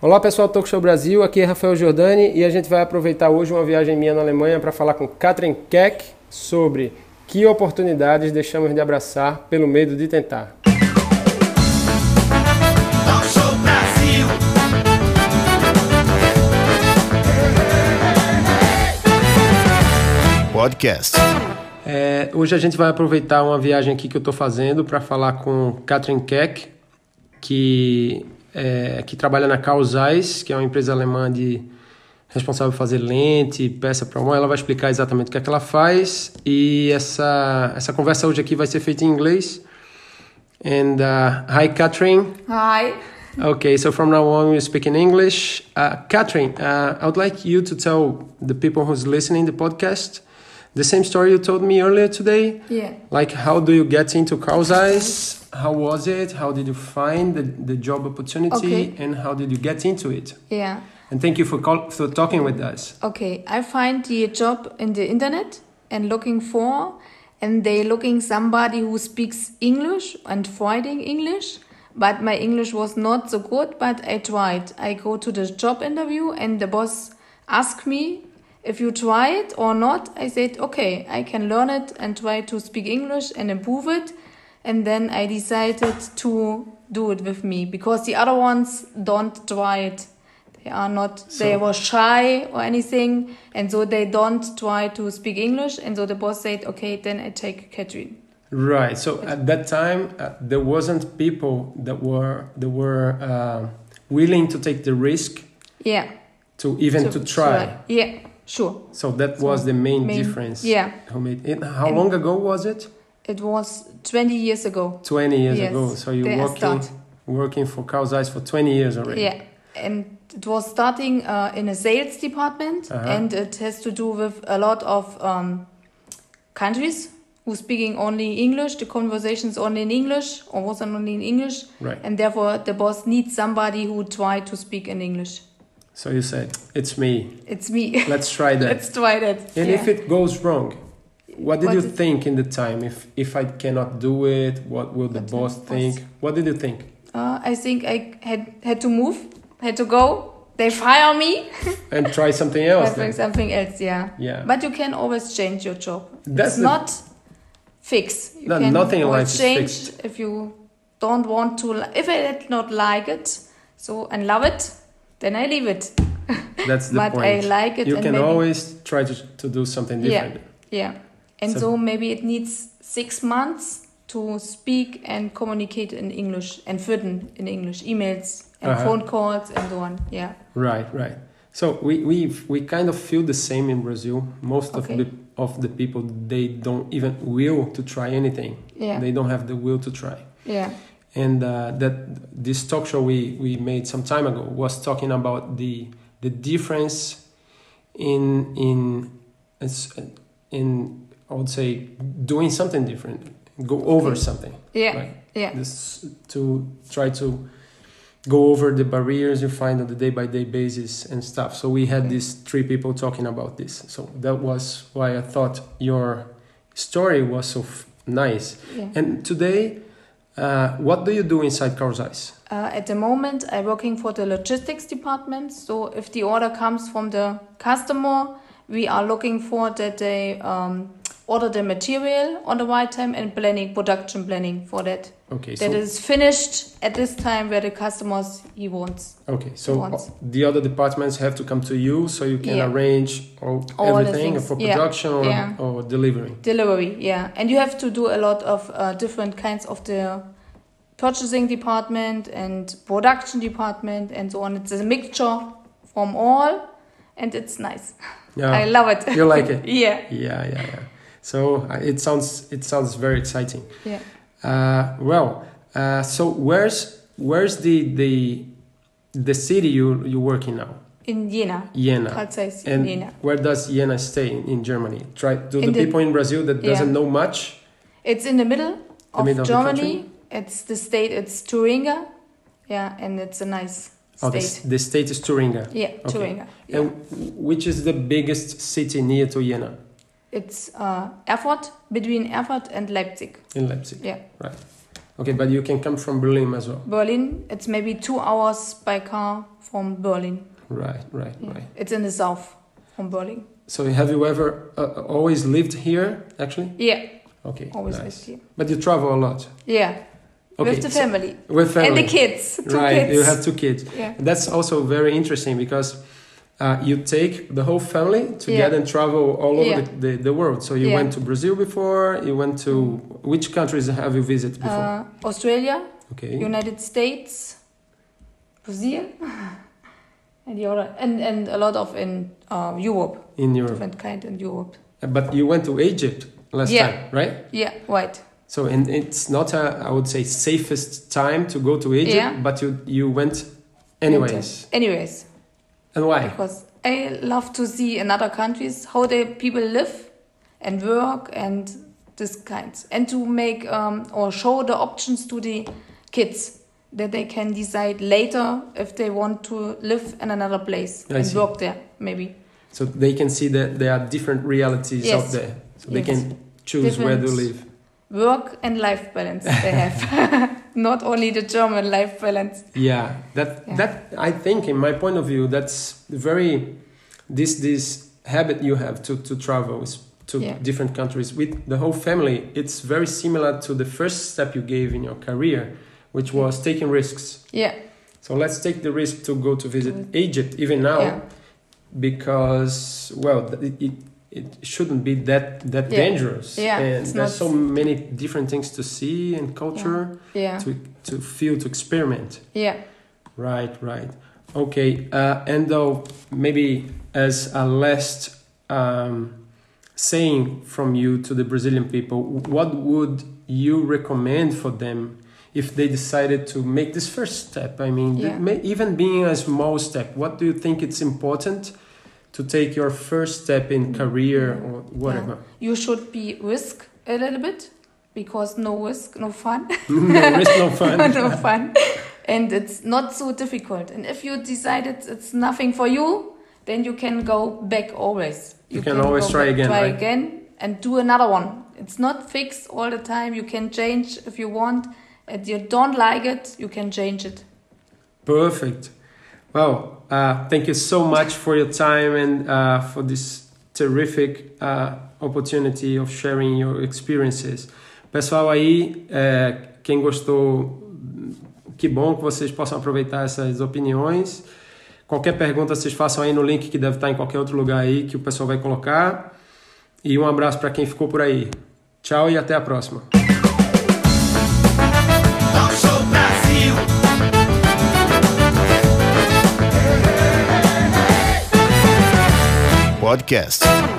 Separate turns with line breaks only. Olá pessoal, Talk Show Brasil, aqui é Rafael Giordani e a gente vai aproveitar hoje uma viagem minha na Alemanha para falar com Katrin Keck sobre que oportunidades deixamos de abraçar pelo medo de tentar.
Talk Show Brasil.
Podcast.
É, hoje a gente vai aproveitar uma viagem aqui que eu estou fazendo para falar com Katrin Keck, que, é, que trabalha na Carl Zeiss, que é uma empresa alemã de responsável por fazer lente, peça para uma. Ela vai explicar exatamente o que é que ela faz e essa, essa conversa hoje aqui vai ser feita em inglês. And uh, hi Katrin.
Hi.
Okay, so from now on, we speak in English. Uh, Catherine, uh, I would like you to tell the people who's listening the podcast the same story you told me earlier today.
Yeah.
Like, how do you get into Carl's Eyes? How was it? How did you find the, the job opportunity?
Okay.
And how did you get into it?
Yeah.
And thank you for, call- for talking with us.
Okay. I find the job in the internet and looking for, and they looking somebody who speaks English and fighting English. But my English was not so good, but I tried. I go to the job interview and the boss asked me if you try it or not. I said, okay, I can learn it and try to speak English and improve it. And then I decided to do it with me because the other ones don't try it. They are not, they were shy or anything. And so they don't try to speak English. And so the boss said, okay, then I take Catherine.
Right. So at that time, uh, there wasn't people that were that were uh, willing to take the risk
Yeah.
to even to,
So-
try.
Yeah, sure.
So that was the main,
main-
difference.
yeah.
Who made it- How long ago was it?
It was 20 years ago.
20 years
Yes,
ago. So you're
they are
working,
start.
working for Carl's Eyes for 20 years already.
Yeah, and it was starting uh, in a sales department,
Uh-huh.
and it has to do with a lot of um, countries who speaking only English. The conversations only in English, or was only in English,
Right.
and therefore the boss needs somebody who try to speak in English.
So you said, it's me.
It's me.
Let's try that.
Let's try that.
and
Yeah.
if it goes wrong, what did
What
you
did-
think in the time? If, if I cannot do it, what will the
What will
boss
the boss-
think? What did you think?
uh, I think I had had to move, had to go. They fire me.
And try something else.
But
then.
like something else, yeah.
Yeah.
But you can always change your job.
That's
it's
the-
not fixed. You
No,
can
nothing in
always
life is
change
fixed.
if you don't want to. li- If I did not like it, so and love it, then I leave it.
That's the
but
point.
I like it.
you
and
can
maybe,
always try to, to do something
Yeah,
different.
yeah. And
So-
so, maybe it needs six months to speak and communicate in English and written in English, emails and
Uh-huh.
phone calls and so on. Yeah.
Right, right. So we we we kind of feel the same in Brazil. Most of
Okay.
the of the people they don't even will to try anything.
Yeah.
They don't have the will to try.
Yeah.
And uh, that this talk show we we made some time ago was talking about the the difference in in as- in I would say doing something different, go over
Okay.
something.
Yeah.
Right.
Yeah.
This, to try to go over the barriers you find on the day by day basis and stuff. So we had these three people talking about this. So that was why I thought your story was so f- nice.
Yeah.
And today, uh, what do you do inside Carl's Eyes?
Uh, at the moment, I'm working for the logistics department. So if the order comes from the customer, we are looking for that they um, order the material on the right time and planning production planning for that.
Okay,
that
so
is finished at this time where the customers he wants
okay, so uh,
Once.
the other departments have to come to you, so you can
Yeah.
arrange all,
All the
everything
things,
for
yeah,
production or,
yeah.
or delivery.
delivery. Yeah, and you have to do a lot of uh, different kinds of the purchasing department and production department and so on. It's a mixture from all, and it's nice.
Yeah,
I love it.
you like it?
yeah.
yeah, yeah, yeah. So uh, it sounds it sounds very exciting.
Yeah.
Uh, well, uh, so where's where's the the the city you you work in now?
In Jena.
Jena.
Carl Zeiss in
And
Jena.
where does Jena stay in, in Germany? Try to the,
In the-
people in Brazil that
Yeah.
doesn't know much.
It's in the middle of
middle of the
Germany. it's the state, it's Thuringia. Yeah, and it's a nice
Oh, the,
state.
the state is Thuringia.
Yeah,
Okay.
Thuringia. Yeah.
And which is the biggest city near to Jena
It's uh, Erfurt, between Erfurt and Leipzig.
in Leipzig?
Yeah.
Right. Okay, but you can come from Berlin as well.
Berlin, it's maybe two hours by car from Berlin.
Right, right, right.
It's in the south from Berlin.
So have you ever uh, always lived here, actually?
Yeah,
Okay,
always
nice.
lived here.
But you travel a lot.
Yeah,
Okay,
with the
so-
family.
with family.
and the kids. Two
right,
kids.
you have two kids.
Yeah.
That's also very interesting because uh, you take the whole family together and travel all over
Yeah.
the, the, the world. So you
Yeah.
went to Brazil before, you went to which countries have you visited before?
Uh, Australia,
okay.
United States, Brazil, and the other, and, and a lot of in uh, Europe,
in Europe.
different kind in Europe.
But you went to Egypt last
Yeah.
time, right?
Yeah, right.
So and it's not a, I would say safest time to go to Egypt,
Yeah.
but you you went anyways.
Anyways,
And why?
because I love to see in other countries how the people live and work and this kinds and to make um, or show the options to the kids that they can decide later if they want to live in another place
I
and
see.
work there maybe
So they can see that there are different realities
Yes.
out there. So they
Yes.
can choose where to
Different-
live.
work and life balance they have not only the german life balance
yeah that
Yeah.
that i think in my point of view that's very this this habit you have to to travel is to
Yeah.
different countries with the whole family it's very similar to the first step you gave in your career which was taking risks
yeah
so let's take the risk to go to visit
Mm.
egypt even now
Yeah.
because well th- it, it it shouldn't be that that
Yeah.
dangerous
Yeah,
and
it's
there's so
not-
many different things to see and culture
yeah
to to feel to experiment
yeah
Right, right. Okay, uh, and though maybe as a last um, saying from you to the Brazilian people, what would you recommend for them if they decided to make this first step? I mean,
Yeah.
may, even being a small step, what do you think it's important to take your first step
Mm.
in career or whatever?
you should be risk a little bit because no risk no fun
no risk, no fun.
no fun. And it's not so difficult. And if you decide it's, it's nothing for you, then you can go back always.
You can always
go
try
back,
again,
Try
right?
again and do another one. It's not fixed all the time. You can change if you want. If you don't like it, you can change it.
Perfect. Well, uh, thank you so much for your time and uh, for this terrific uh, opportunity of sharing your experiences. Pessoal aí, é, quem gostou, que bom que vocês possam aproveitar essas opiniões. Qualquer pergunta vocês façam aí no link que deve estar em qualquer outro lugar aí que o pessoal vai colocar. E um abraço para quem ficou por aí. Tchau e até a próxima.
Talk Show Brasil.
Podcast.